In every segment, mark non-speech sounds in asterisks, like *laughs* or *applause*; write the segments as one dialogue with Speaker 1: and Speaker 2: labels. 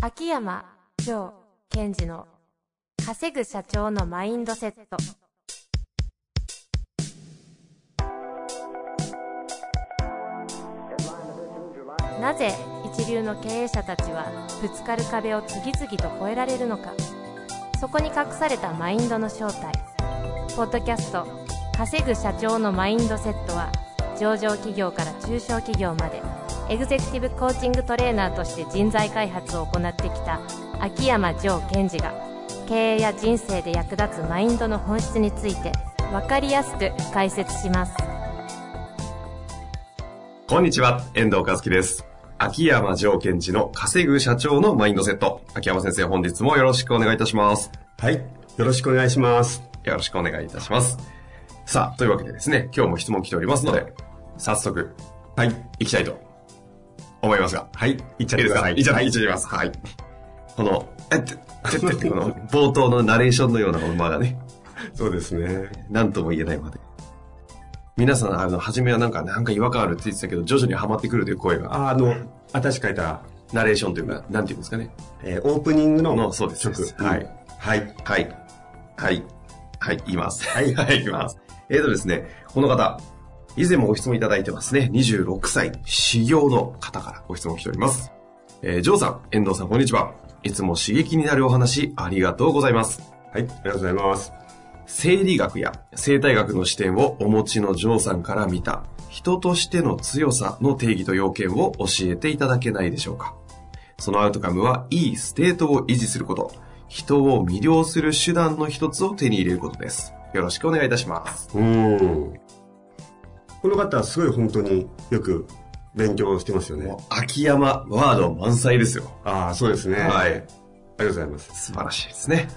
Speaker 1: 秋山城賢治の稼ぐ社長のマインドセットなぜ一流の経営者たちはぶつかる壁を次々と越えられるのかそこに隠されたマインドの正体ポッドキャスト「稼ぐ社長のマインドセット」は上場企業から中小企業までエグゼクティブコーチングトレーナーとして人材開発を行ってきた秋山城賢治が経営や人生で役立つマインドの本質について分かりやすく解説します
Speaker 2: こんにちは、遠藤和樹です。秋山条件時の稼ぐ社長のマインドセット。秋山先生、本日もよろしくお願いいたします。
Speaker 3: はい。よろしくお願いします。
Speaker 2: よろしくお願いいたします。さあ、というわけでですね、今日も質問来ておりますので、早速、はい、行きたいと思いますが。はい、
Speaker 3: 行っちゃ
Speaker 2: い
Speaker 3: っ
Speaker 2: いで
Speaker 3: てく
Speaker 2: すか
Speaker 3: ださ
Speaker 2: い
Speaker 3: い。
Speaker 2: いじゃない、いっちゃいます。はい。この、えって、えってって、この冒頭のナレーションのような馬がね、
Speaker 3: そうですね。
Speaker 2: なんとも言えないまで。皆さん、あの、初めはなんか、なんか違和感あるって言ってたけど、徐々にハマってくるという声が、
Speaker 3: ああの、私書いた、
Speaker 2: ナレーションというか、なんていうんですかね。
Speaker 3: えーオープニングの
Speaker 2: のそうです
Speaker 3: 曲。
Speaker 2: はい
Speaker 3: はい。
Speaker 2: はい。はい。はい、言います。 *laughs* はいはい、言います。えーとですね、この方、以前もご質問いただいてますね。26歳、修行の方からご質問来ております。えー、ジョーさん、遠藤さん、こんにちは。いつも刺激になるお話、ありがとうございます。
Speaker 3: はい。ありがとうございます。
Speaker 2: 生理学や生態学の視点をお持ちのジョーさんから見た、人としての強さの定義と要件を教えていただけないでしょうか。そのアウトカムは、いいステートを維持すること、人を魅了する手段の一つを手に入れることです。よろしくお願いいたします。
Speaker 3: うーん。この方はすごい本当によく勉強してますよね
Speaker 2: もう。秋山ワード満載ですよ。
Speaker 3: ああ、そうですね。
Speaker 2: は
Speaker 3: あ
Speaker 2: い
Speaker 3: りがとうございます。
Speaker 2: 素晴らしいですね。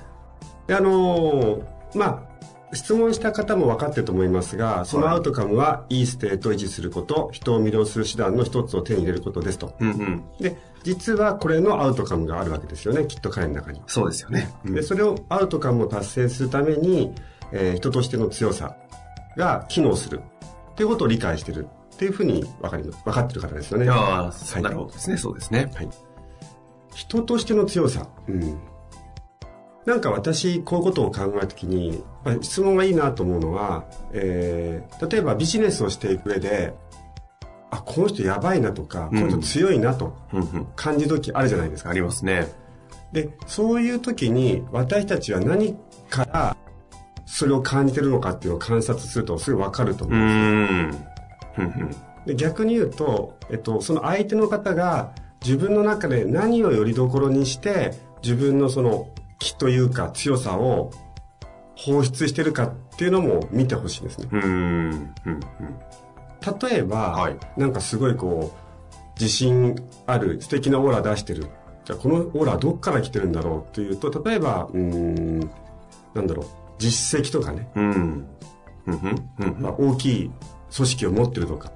Speaker 3: であのーまあ、質問した方も分かってると思いますが、そのアウトカムは、いいステートを維持すること、人を魅了する手段の一つを手に入れることですと。
Speaker 2: うんうん。
Speaker 3: で、実はこれのアウトカムがあるわけですよね、きっと彼の中に。
Speaker 2: そうですよね。
Speaker 3: でそれをアウトカムを達成するために、えー人としての強さが機能するということを理解してるっていうふうに分かり分かってる方ですよね。
Speaker 2: あ
Speaker 3: い
Speaker 2: あ、なるほどですね。そうですね。
Speaker 3: はい、人としての強さ、うん、なんか私こういうことを考えるときにまあ質問がいいなと思うのは、えー例えばビジネスをしていく上であこの人やばいなとか、
Speaker 2: うん
Speaker 3: この人強いなと
Speaker 2: うんうん。
Speaker 3: 感じる時あるじゃないですか
Speaker 2: ありますね。
Speaker 3: でそういう時に私たちは何からそれを感じてるのかっていうのを観察するとすぐ分かると
Speaker 2: うー
Speaker 3: 思う、
Speaker 2: ん。うんうん。
Speaker 3: で逆に言うと、えっと、その相手の方が自分の中で何をよりどころにして自分のその気というか強さを放出してるかっていうのも見てほしいですね
Speaker 2: うーん。うんうん。
Speaker 3: 例えば、
Speaker 2: はい
Speaker 3: なんかすごいこう自信ある素敵なオーラ出してるじゃあこのオーラどっから来てるんだろうっていうと例えばうーんなんだろう実績とかね、
Speaker 2: うん。うんうん。うん
Speaker 3: まあ、大きい組織を持ってるとか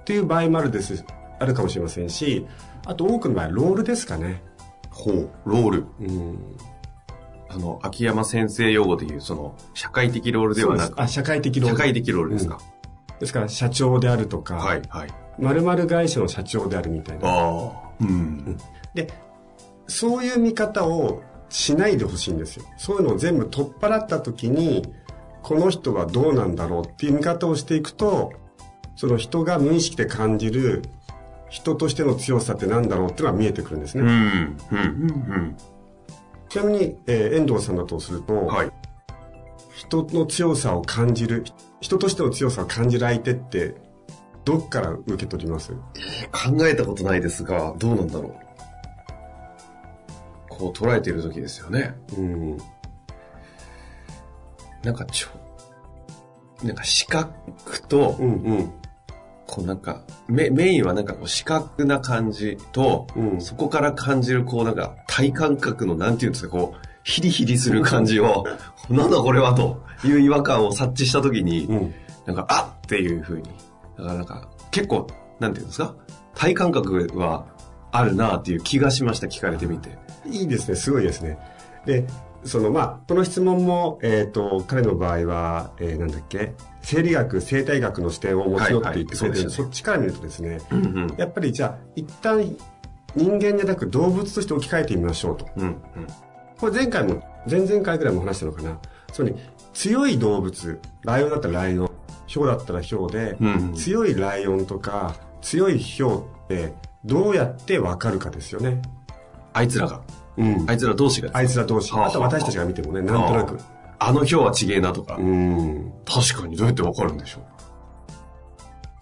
Speaker 3: っていう場合もあるですあるかもしれませんしあと多くの場合ロールですかね
Speaker 2: ほう、ロール。
Speaker 3: うん
Speaker 2: あの、秋山先生用語でいう、その、社会的ロールではな
Speaker 3: そう
Speaker 2: く
Speaker 3: す、あ社会的ロー
Speaker 2: 社
Speaker 3: ル
Speaker 2: 会的ロールですか。
Speaker 3: ですから社長であるとか、
Speaker 2: はい、はい。
Speaker 3: まるまる会社の社長であるみたいな
Speaker 2: ああ。うん。
Speaker 3: でそういう見方をしないでほしいんですよそういうのを全部取っ払った時にこの人はどうなんだろうっていう見方をしていくとその人が無意識で感じる人としての強さってなんだろうっていうのが見えてくるんです
Speaker 2: うん。う
Speaker 3: ね、
Speaker 2: ん。うん。
Speaker 3: ちなみに、えー遠藤さんだとすると、
Speaker 2: うん。はい。
Speaker 3: 人の強さを感じる人としての強さを感じる相手ってどっから受け取ります
Speaker 2: 考えたことないですが、どうなんだろう。こう捉えてる時ですよね。
Speaker 3: うん
Speaker 2: なんかちょ、なんか視覚と
Speaker 3: う、んうん
Speaker 2: こうなんか、メメインはなんかこう視覚な感じと、
Speaker 3: うん
Speaker 2: そこから感じる、こうなんか、体感覚の、なんていうんですか、こう、ヒリヒリする感じを、 *laughs* なんだこれはという違和感を察知したときに、
Speaker 3: うん
Speaker 2: なんか、あっていうふうに。だからなんか、結構、なんていうんですか、体感覚はあるなっていう気がしました、聞かれてみて。
Speaker 3: いいですね、すごいですね。で、そのまあ、この質問も、えっ、と、彼の場合は、えーなんだっけ、生理学、生態学の視点を持ち寄って言ってくれてるんで
Speaker 2: はいはい
Speaker 3: そっちから見るとですね、
Speaker 2: うんうん
Speaker 3: やっぱりじゃあ、一旦人間じゃなく動物として置き換えてみましょうと。
Speaker 2: うん、
Speaker 3: これ前回も、前々回ぐらいも話したのかな。つまり、強い動物、ライオンだったらライオン、ヒョウだったらヒョウで、
Speaker 2: うん、うん。
Speaker 3: 強いライオンとか、強いヒョウって、どうやってわかるかですよね。
Speaker 2: あいつらが、
Speaker 3: うん
Speaker 2: あ。いつら同士がですね
Speaker 3: あいつら同士。
Speaker 2: はあ
Speaker 3: あと私たちが見てもね、なんとなく。
Speaker 2: あのヒョウはちげえなとか、
Speaker 3: うん。
Speaker 2: 確かにどうやってわかるんでしょう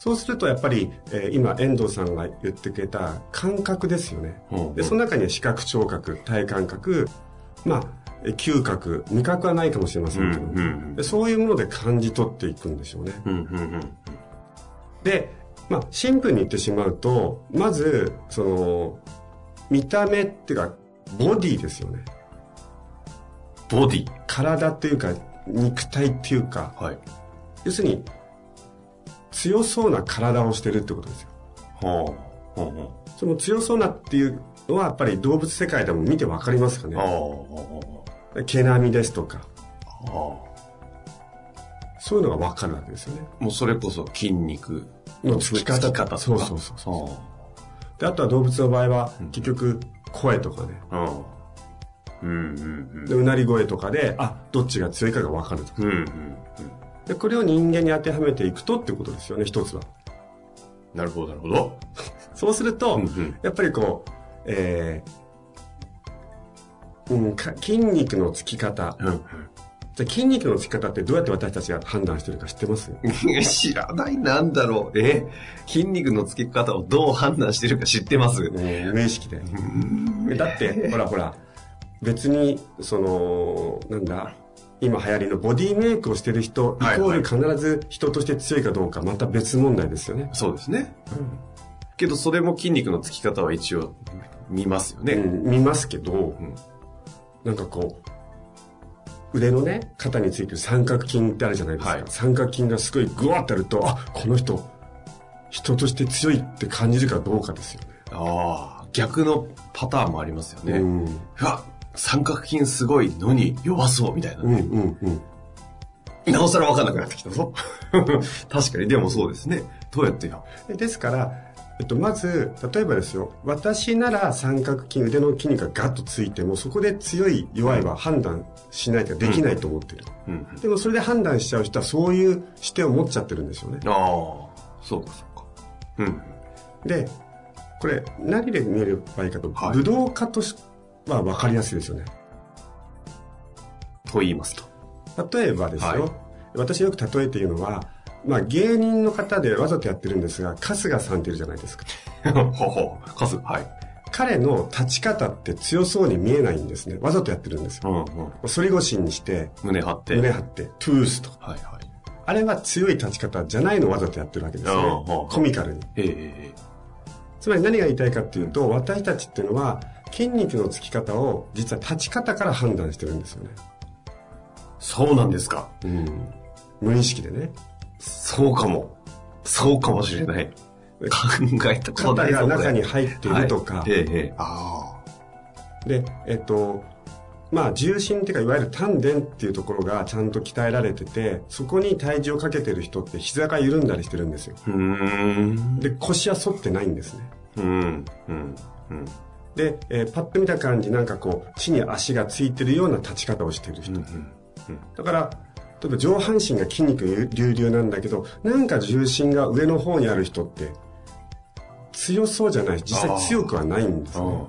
Speaker 3: そうするとやっぱり、えー今遠藤さんが言ってくれた感覚ですよね。
Speaker 2: うん
Speaker 3: で、その中には視覚、聴覚、体感覚、まあ、えー嗅覚、味覚はないかもしれませんけど、
Speaker 2: うんうん
Speaker 3: でそういうもので感じ取っていくんでしょうね。
Speaker 2: うんうん
Speaker 3: で、まあ、シンプルに言ってしまうと、まず、その、見た目っていうか、ボディですよね。
Speaker 2: ボディ。
Speaker 3: 体っていうか、肉体っていうか、
Speaker 2: はい。
Speaker 3: 要するに、強そうな体をしてるってことですよ。
Speaker 2: はあ。は
Speaker 3: その強そうなっていうのはやっぱり動物世界でも見てわかりますか
Speaker 2: あ。はあ。
Speaker 3: ね。
Speaker 2: は
Speaker 3: 毛並みですとか、
Speaker 2: あ。は
Speaker 3: そういうのがわかるわけですよね。
Speaker 2: あ。もうそれこそ筋肉
Speaker 3: のつき方
Speaker 2: つき方とか。。
Speaker 3: そうそうそうそうで、あとは動物の場合は、結局、声とかね、
Speaker 2: ああ。うんうん
Speaker 3: でうなり声とかで、あ、どっちが強いかがわかると。
Speaker 2: うん。うんうん。
Speaker 3: で、これを人間に当てはめていくとってことですよね、一つは。
Speaker 2: なるほど、なるほど。
Speaker 3: そうすると、
Speaker 2: うんうん
Speaker 3: やっぱりこう、えーうん、か筋肉のつき方。じゃあ筋肉のつき方ってどうやって私たちが判断してるか知ってます
Speaker 2: うん。 *laughs* 知らない、なんだろう。え筋肉のつけ方をどう判断してるか知ってます
Speaker 3: うん無意識で。だって、ほらほら、別に、その、なんだ、今流行りのボディメイクをしてる人、イコ
Speaker 2: はいはい
Speaker 3: ール必ず人として強いかどうか、また別問題ですよね。
Speaker 2: そうですね。けど、それも筋肉のつき方は一応見ますよね。
Speaker 3: うん見ますけど、
Speaker 2: ん
Speaker 3: なんかこう、腕のね、肩についてる三角筋ってあるじゃないですか。
Speaker 2: はい
Speaker 3: 三角筋がすごいグワッてあると、あ、この人、人として強いって感じるかどうかですよ
Speaker 2: ああ、逆のパターンもありますよね。
Speaker 3: ね。うん、
Speaker 2: うわ三角筋すごいのに弱そうみたいな、
Speaker 3: うん、うん、うん。
Speaker 2: なおさら分かんなくなってきたぞ。 *laughs* 確かに、でもそうですね。どうやってや
Speaker 3: でですから、えっと、まず、例えばですよ、私なら三角筋、腕の筋肉がガッとついても、そこで強い、弱いは判断しないとできないと思ってる。
Speaker 2: うん。
Speaker 3: でも、それで判断しちゃう人は、そういう視点を持っちゃってるんですよね。
Speaker 2: ああ、そうかそうか。うん。
Speaker 3: で、これ、何で見ればいいかと、
Speaker 2: はい
Speaker 3: 武道家としは分かりやすいですよね。
Speaker 2: と言いますと。 *laughs*
Speaker 3: 例えばですよ、
Speaker 2: はい
Speaker 3: 私よく例えて言うのは、まあ、芸人の方でわざとやってるんですが、春日さんっているじゃないですか。
Speaker 2: ほうほう、数。はい。
Speaker 3: 彼の立ち方って強そうに見えないんですね。わざとやってるんですよ。
Speaker 2: うんうん。
Speaker 3: 反り腰にして、
Speaker 2: 胸張って。
Speaker 3: 胸張って、トゥースと。
Speaker 2: はいはい。
Speaker 3: あれは強い立ち方じゃないのをわざとやってるわけですよ
Speaker 2: あああ
Speaker 3: ね
Speaker 2: あ。
Speaker 3: コミカルに。
Speaker 2: ええ
Speaker 3: つまり何が言いたいかっていうと、私たちっていうのは、筋肉のつき方を実は立ち方から判断してるんですよね。
Speaker 2: そうなんですか。
Speaker 3: うん。無意識でね。
Speaker 2: そうかも。そうかもしれない。考えたことな
Speaker 3: 肩
Speaker 2: い
Speaker 3: が
Speaker 2: ぞこれ
Speaker 3: 中に入っているとか、
Speaker 2: はいええええあ
Speaker 3: で、えっと、まあ、重心っていうか、いわゆる丹田っていうところがちゃんと鍛えられてて、そこに体重をかけてる人って膝が緩んだりしてるんですよ。
Speaker 2: あ。うーん。
Speaker 3: で、腰は反ってないんですね。
Speaker 2: うん。うん。うん。
Speaker 3: で、えーパッと見た感じ、なんかこう、地に足がついてるような立ち方をしてる人。
Speaker 2: うん。
Speaker 3: だから、例えば上半身が筋肉隆々なんだけど、なんか重心が上の方にある人って、強そうじゃない、実際強くはないんです
Speaker 2: うん。う
Speaker 3: ね。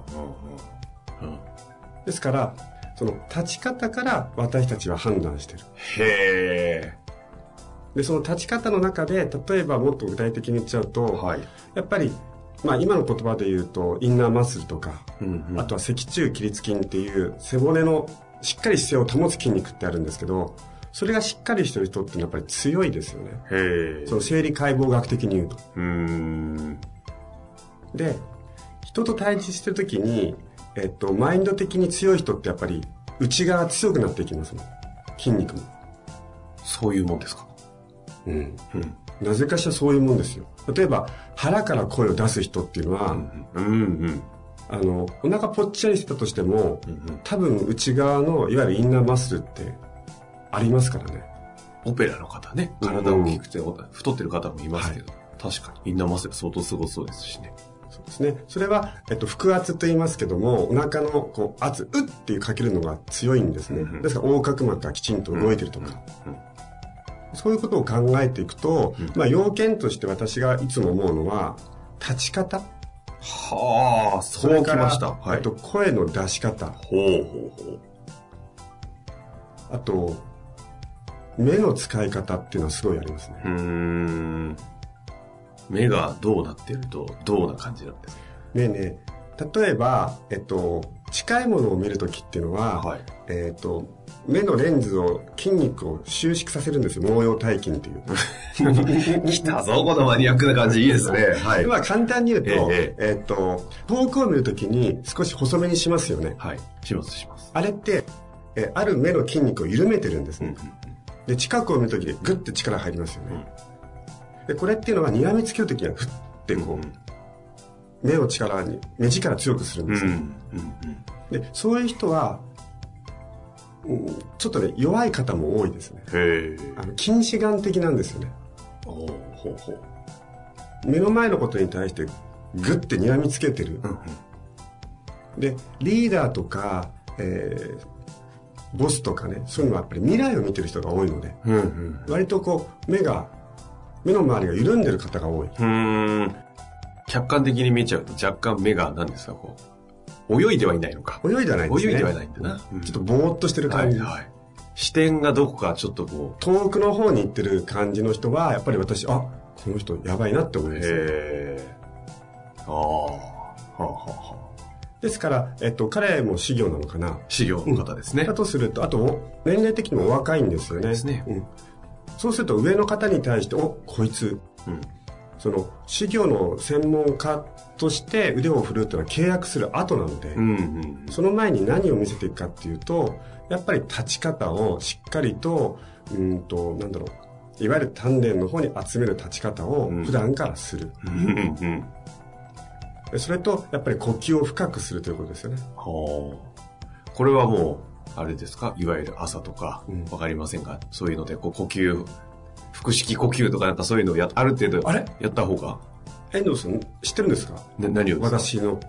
Speaker 2: ん。
Speaker 3: ですから、その立ち方から私たちは判断してる。
Speaker 2: へ
Speaker 3: で、その立ち方の中で、例えばもっと具体的に言っちゃうと、
Speaker 2: え。はい。
Speaker 3: やっぱり、まあ今の言葉で言うと、インナーマッスルとか、
Speaker 2: うん
Speaker 3: あとは脊柱起立筋っていう背骨のしっかり姿勢を保つ筋肉ってあるんですけど、それがしっかりしてる人っていうのはやっぱり強いですよね。
Speaker 2: へえ。
Speaker 3: その生理解剖学的に言うと。
Speaker 2: うーん。
Speaker 3: で、人と対峙してる時に、えっと、マインド的に強い人ってやっぱり内側強くなっていきますね。筋肉も。
Speaker 2: そういうもんですか。
Speaker 3: うん。
Speaker 2: うん。
Speaker 3: なぜかしらそういうもんですよ。例えば、腹から声を出す人っていうのは、
Speaker 2: うんうん。
Speaker 3: あの、お腹ぽっちゃりしてたとしても、
Speaker 2: うんうん
Speaker 3: 多分内側の、いわゆるインナーマッスルって、ありますからね。
Speaker 2: オペラの方ね。体大きくて、太ってる方もいますけど。確かに。インナーマッスル相当すごそうですしね。
Speaker 3: そうですね。それは、えっと、腹圧と言いますけども、お腹のこう圧、うっていうかけるのが強いんですね。ですから、横隔膜がきちんと動いてるとか。そういうことを考えていくと、まあ、要件として私がいつも思うのは、立ち方。
Speaker 2: はあ、
Speaker 3: そ
Speaker 2: そ
Speaker 3: れ
Speaker 2: うき
Speaker 3: から
Speaker 2: ました。は
Speaker 3: えっ
Speaker 2: い。
Speaker 3: と、声の出し方。
Speaker 2: ほうほうほう。
Speaker 3: あと、目の使い方っていうのはすごいありますね。
Speaker 2: うーん。目がどうなってると、どうな感じなんです
Speaker 3: 目ね、例えば、えっと、近いものを見るときっていうの
Speaker 2: か
Speaker 3: は、
Speaker 2: い。
Speaker 3: えっと、目のレンズを、筋肉を収縮させるんですよ。毛様体筋っていう。
Speaker 2: *laughs* 来たぞ、このマニアックな感じ。いいですね。はい。
Speaker 3: まあ簡単に言うと、
Speaker 2: え
Speaker 3: え
Speaker 2: え
Speaker 3: っと、遠くを見るときに少し細めにしますよね。
Speaker 2: はい。します、します。
Speaker 3: あれって、えある目の筋肉を緩めてるんですね。で、近くを見るときにグッて力入りますよね。で、これっていうのは睨みつけるときにはフッてこう、目を力に、目力強くするん
Speaker 2: う
Speaker 3: で
Speaker 2: ん。
Speaker 3: す
Speaker 2: う
Speaker 3: よ、
Speaker 2: ん。
Speaker 3: で、そういう人は、うんちょっとね、弱い方も多いですね。
Speaker 2: へえ。
Speaker 3: あの、近視眼的なんですよね。
Speaker 2: ほうほうほう。
Speaker 3: 目の前のことに対してグッて睨みつけてる、でリーダーとか、えーボスとかねそういうのはやっぱり未来を見てる人が多いので
Speaker 2: うんうん。
Speaker 3: 割とこう目が目の周りが緩んでる方が多いう
Speaker 2: ーん。客観的に見ちゃうと若干目が何ですか、こう。泳いではいないのか。
Speaker 3: 泳いではないですね
Speaker 2: 泳いではないんだなうん
Speaker 3: ちょっとぼーっとしてる
Speaker 2: は
Speaker 3: 感
Speaker 2: い
Speaker 3: じ、
Speaker 2: はい。視点がどこかちょっとこ。
Speaker 3: 遠くの方に行ってる感じの人はやっぱり私あこの人やばいなって思いう
Speaker 2: へ
Speaker 3: ます
Speaker 2: え。ああ。はあはあはあ。
Speaker 3: ですから、えっと、彼も修行なのかな
Speaker 2: 資料の方ですね
Speaker 3: だ。とするとあと年齢的にもお若いんですよね
Speaker 2: ですね
Speaker 3: うん、そうすると上の方に対して「おこいつ
Speaker 2: うん。
Speaker 3: その修行の専門家として腕を振るうっていうのは契約する後なので、
Speaker 2: うんうん。
Speaker 3: その前に何を見せていくかっていうとやっぱり立ち方をしっかりとうーんとなんだろういわゆる鍛錬の方に集める立ち方を
Speaker 2: うん
Speaker 3: 普段からする、
Speaker 2: うんうんうん。
Speaker 3: でそれとやっぱり呼吸を深くするということですよね
Speaker 2: はあ。これはもう、あれですかいわゆる朝とか
Speaker 3: うん、
Speaker 2: わかりませんが、そういうので、こう、呼吸、腹式呼吸とかなんかそういうのをや、ある程度、
Speaker 3: あれ
Speaker 2: やった方が、
Speaker 3: 遠藤さん知ってるんですか
Speaker 2: な何をですか
Speaker 3: 私の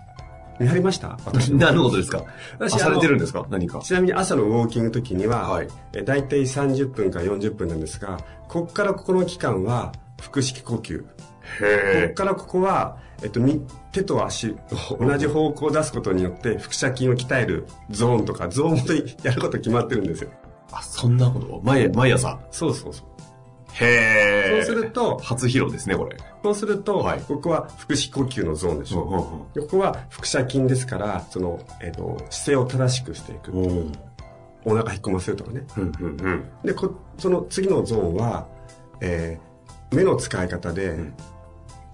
Speaker 3: 見張りました私の
Speaker 2: 何のことですかあ
Speaker 3: 私
Speaker 2: されてるんです
Speaker 3: か
Speaker 2: か何か。
Speaker 3: ちなみに朝のウォーキングの時には、
Speaker 2: はい
Speaker 3: え大体30分から40分なんですが、こっからここの期間は腹式呼吸。こっ
Speaker 2: へ
Speaker 3: からここは、えっと、み手と足を同じ方向を出すことによって腹斜筋を鍛えるゾーンとか、ゾーン本にやること決まってるんですよ。
Speaker 2: あ、そんなこと毎、毎朝。
Speaker 3: そうそうそう。
Speaker 2: へ
Speaker 3: そう
Speaker 2: え。
Speaker 3: すると、
Speaker 2: 初披露ですね、これ。
Speaker 3: そうすると、
Speaker 2: はい
Speaker 3: ここは腹式呼吸のゾーンでしょ。でここは腹斜筋ですから、その、えっと、姿勢を正しくしていく。
Speaker 2: おー
Speaker 3: お腹引っ込ませるとかね。
Speaker 2: うんうんうん。
Speaker 3: でこその次のゾーンは、えー目の使い方で、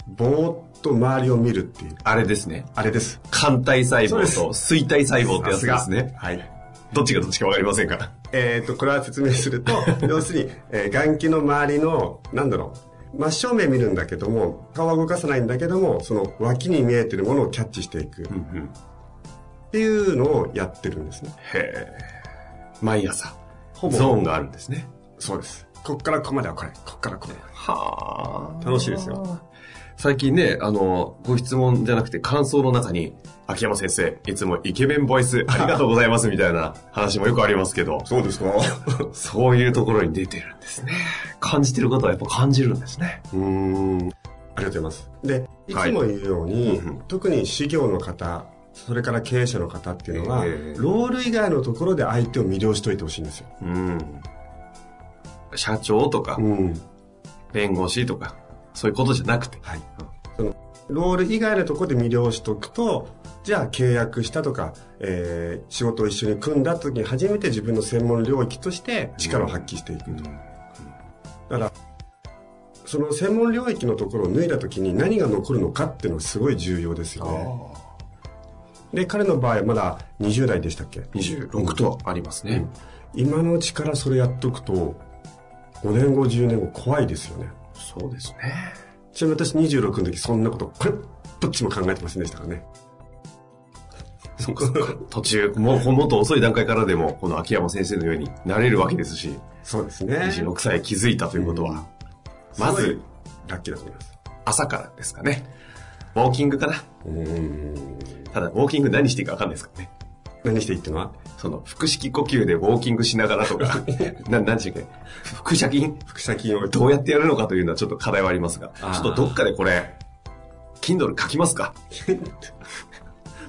Speaker 3: ぼーっと周りを見るっていう
Speaker 2: あれですね。
Speaker 3: あれです
Speaker 2: 肝体細
Speaker 3: そうで
Speaker 2: 胞
Speaker 3: す
Speaker 2: と水体細胞ってやつですね。
Speaker 3: さすがはい
Speaker 2: どっちがどっちかわかりませんが。
Speaker 3: えっ、とこれは説明する
Speaker 2: *laughs*
Speaker 3: と要するに、えー眼球の周りのなんだろう真正面見るんだけども顔は動かさないんだけどもその脇に見えてるものをキャッチしていくっ
Speaker 2: うんうん。
Speaker 3: ていうのをやってるんですね
Speaker 2: へえ。毎朝。
Speaker 3: ほぼ
Speaker 2: ゾーンがあるんですね。
Speaker 3: そうですこっからここまではこれこっからこれ
Speaker 2: はあ。
Speaker 3: 楽しいですよ。
Speaker 2: 最近ね、あの、ご質問じゃなくて感想の中に、秋山先生、いつもイケメンボイスありがとうございますみたいな話もよくありますけど、
Speaker 3: そうですか
Speaker 2: *laughs* そういうところに出てるんですね。感じてる方はやっぱ感じるんですね。
Speaker 3: *laughs* うーんありがとうございます。で、いつも言うように、
Speaker 2: うんうん
Speaker 3: 特に修行の方、それから経営者の方っていうのは、
Speaker 2: ええ
Speaker 3: ロール以外のところで相手を魅了しといてほしいんですよ。
Speaker 2: うん。社長とか、
Speaker 3: うん。
Speaker 2: 弁護士とか、そういうことじゃなくて。
Speaker 3: はい。その、ロール以外のところで魅了しとくと、じゃあ契約したとか、えー仕事を一緒に組んだ時に初めて自分の専門領域として力を発揮していく。だから、その専門領域のところを脱いだ時に何が残るのかっていうのがすごい重要ですよね。で、彼の場合はまだ20代でしたっけ
Speaker 2: 26とありますね。
Speaker 3: 今のうちからそれやっとくと、5年後、10年後怖いですよね。
Speaker 2: そうですね。
Speaker 3: ちなみに私26の時そんなこと、これっぽっちも考えてませんでしたからね。
Speaker 2: そっかそっか途中、もう、もっと遅い段階からでも、この秋山先生のようになれるわけですし、
Speaker 3: そうですね。
Speaker 2: 26歳気づいたということは、ま
Speaker 3: すごい
Speaker 2: ず、
Speaker 3: ラッキーだと思います。
Speaker 2: 朝からですかね。ウォーキングかな。
Speaker 3: うん
Speaker 2: ただ、ウォーキング何していいか分かんないですからね。
Speaker 3: 何していいってのは
Speaker 2: その、腹式呼吸でウォーキングしながらとか、な、なんでしたっけ腹斜筋
Speaker 3: 副砂筋を
Speaker 2: どうやってやるのかというのはちょっと課題はありますが、ちょ
Speaker 3: あー
Speaker 2: っとどっかでこれ、Kindle 書きますか *laughs*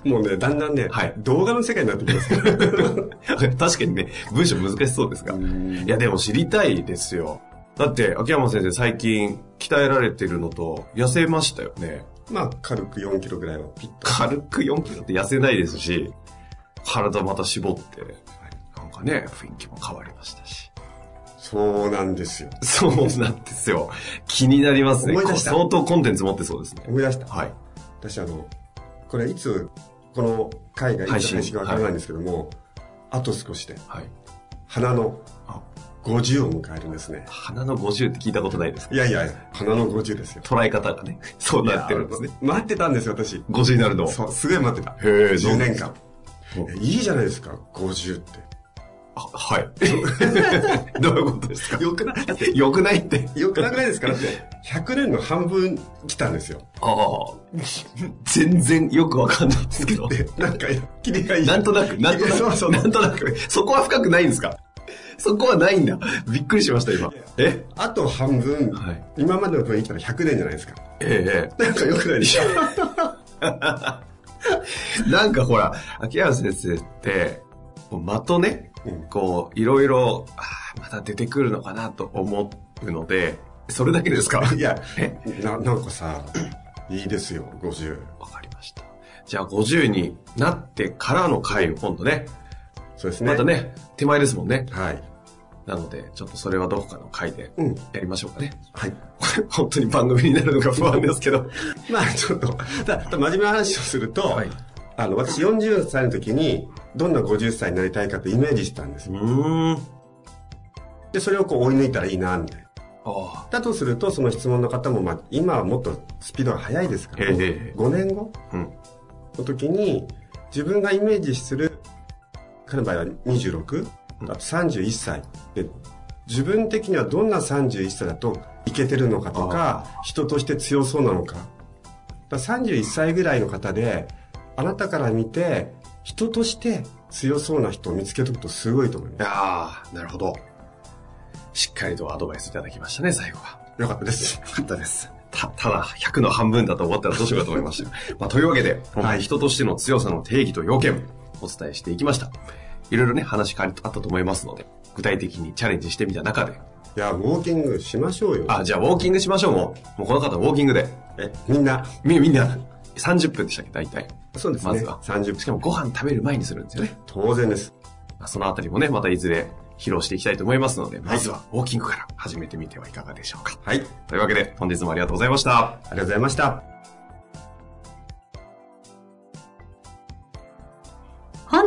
Speaker 3: もうね、だんだんね、
Speaker 2: はい
Speaker 3: 動画の世界になってきますから。
Speaker 2: 確かにね、文章難しそうですが。いや、でも知りたいですよ。だって、秋山先生最近鍛えられてるのと、痩せましたよね。
Speaker 3: *laughs* まあ、軽く4キロぐらいはピッと。
Speaker 2: 軽く4キロって痩せないですし、体また絞って、なんかね、雰囲気も変わりましたし。
Speaker 3: そうなんですよ。
Speaker 2: そうなんですよ。気になりますね。
Speaker 3: 思い出した
Speaker 2: こう相当コンテンツ持ってそうですね。
Speaker 3: 思い出した。
Speaker 2: はい。
Speaker 3: 私、あの、これいつ、この回がい
Speaker 2: 配
Speaker 3: つ
Speaker 2: 信
Speaker 3: 配信かわからないんですけども、あと少しで、
Speaker 2: はい。
Speaker 3: 花の
Speaker 2: あ
Speaker 3: 50を迎えるんですね。
Speaker 2: 花の50って聞いたことないですか
Speaker 3: いやいや、花の50ですよ。
Speaker 2: 捉え方がね、 *laughs* そうなってるんですね。
Speaker 3: いや。待ってたんですよ、私。
Speaker 2: 50になるの。
Speaker 3: そう、すごい待ってた。
Speaker 2: へえ
Speaker 3: 10年間
Speaker 2: どう。
Speaker 3: いやいいじゃないですか、50って。
Speaker 2: あはい。 *laughs* どういうことですかよくない *laughs* よくないって。
Speaker 3: よくなくないですかだって、100年の半分来たんですよ。
Speaker 2: *laughs* ああ。全然よくわかんないですけど。
Speaker 3: で、なんか、キリがいい。
Speaker 2: なんとなく、なんとなく、
Speaker 3: そうそう
Speaker 2: なんとなく、そこは深くないんですかそこはないんだ。びっくりしました、今。え
Speaker 3: あと半分、
Speaker 2: はい
Speaker 3: 今までの分生きたら100年じゃないですか。
Speaker 2: ええ
Speaker 3: なんかよくないでしょ
Speaker 2: え。 *laughs* なんかほら、秋山先生って、こう的ね、
Speaker 3: うん
Speaker 2: こう、いろいろ、ああ、また出てくるのかなと思うので、それだけですか
Speaker 3: いや
Speaker 2: え、
Speaker 3: な、なんかさ、いいですよ、50。
Speaker 2: わかりました。じゃあ50になってからの回を今度ね、
Speaker 3: そうですね。
Speaker 2: また。ね、手前ですもんね。
Speaker 3: はい。
Speaker 2: なので、ちょっとそれはどこかの回で
Speaker 3: う
Speaker 2: や
Speaker 3: ん。
Speaker 2: りましょうかね。 *laughs*
Speaker 3: はい。
Speaker 2: これ本当に番組になるのか不安ですけど。
Speaker 3: まあちょっと、ただ真面目な話をすると、
Speaker 2: はい
Speaker 3: あの、私40歳の時に、どんな50歳になりたいかってイメージしたんですよ。
Speaker 2: うん。あ
Speaker 3: で、それをこう追い抜いたらいいな、みたいな。
Speaker 2: あ。
Speaker 3: だとすると、その質問の方も、まあ、今はもっとスピードが速いですから、
Speaker 2: ええええ
Speaker 3: 5年後
Speaker 2: うん。
Speaker 3: の時に、自分がイメージする、彼の場合は26、あと31歳。で、自分的にはどんな31歳だといけてるのかとか、人として強そうなのか。だから31歳ぐらいの方で、あなたから見て、人として強そうな人を見つけとくとすごいと思いま
Speaker 2: ああ、なるほど。しっかりとアドバイスいただきましたね、最後は。
Speaker 3: す。よかったです。
Speaker 2: よかったです。た、ただ、100の半分だと思ったらどうしようかと思いました。 *laughs* まあ、というわけで、今回人としての強さの定義と要件、お伝えしていきました。いろいろね、話変わりあったと思いますので、具体的にチャレンジしてみた中で、
Speaker 3: いや、ウォーキングしましょうよ。
Speaker 2: あ、じゃあウォーキングしましょう、もう。もうこの方、ウォーキングで。
Speaker 3: え、みんな。
Speaker 2: み、みんな、30分でしたっけ、大体。
Speaker 3: そうですね。
Speaker 2: まずは
Speaker 3: 30分
Speaker 2: しかもご飯食べる前にするんですよね。
Speaker 3: 当然です。
Speaker 2: まあそのあたりもね、またいずれ披露していきたいと思いますので、まずはウォーキングから始めてみてはいかがでしょうか。
Speaker 3: はい。あり
Speaker 2: というわけで、本日もありがとうございました。
Speaker 3: がとうございました。
Speaker 4: 本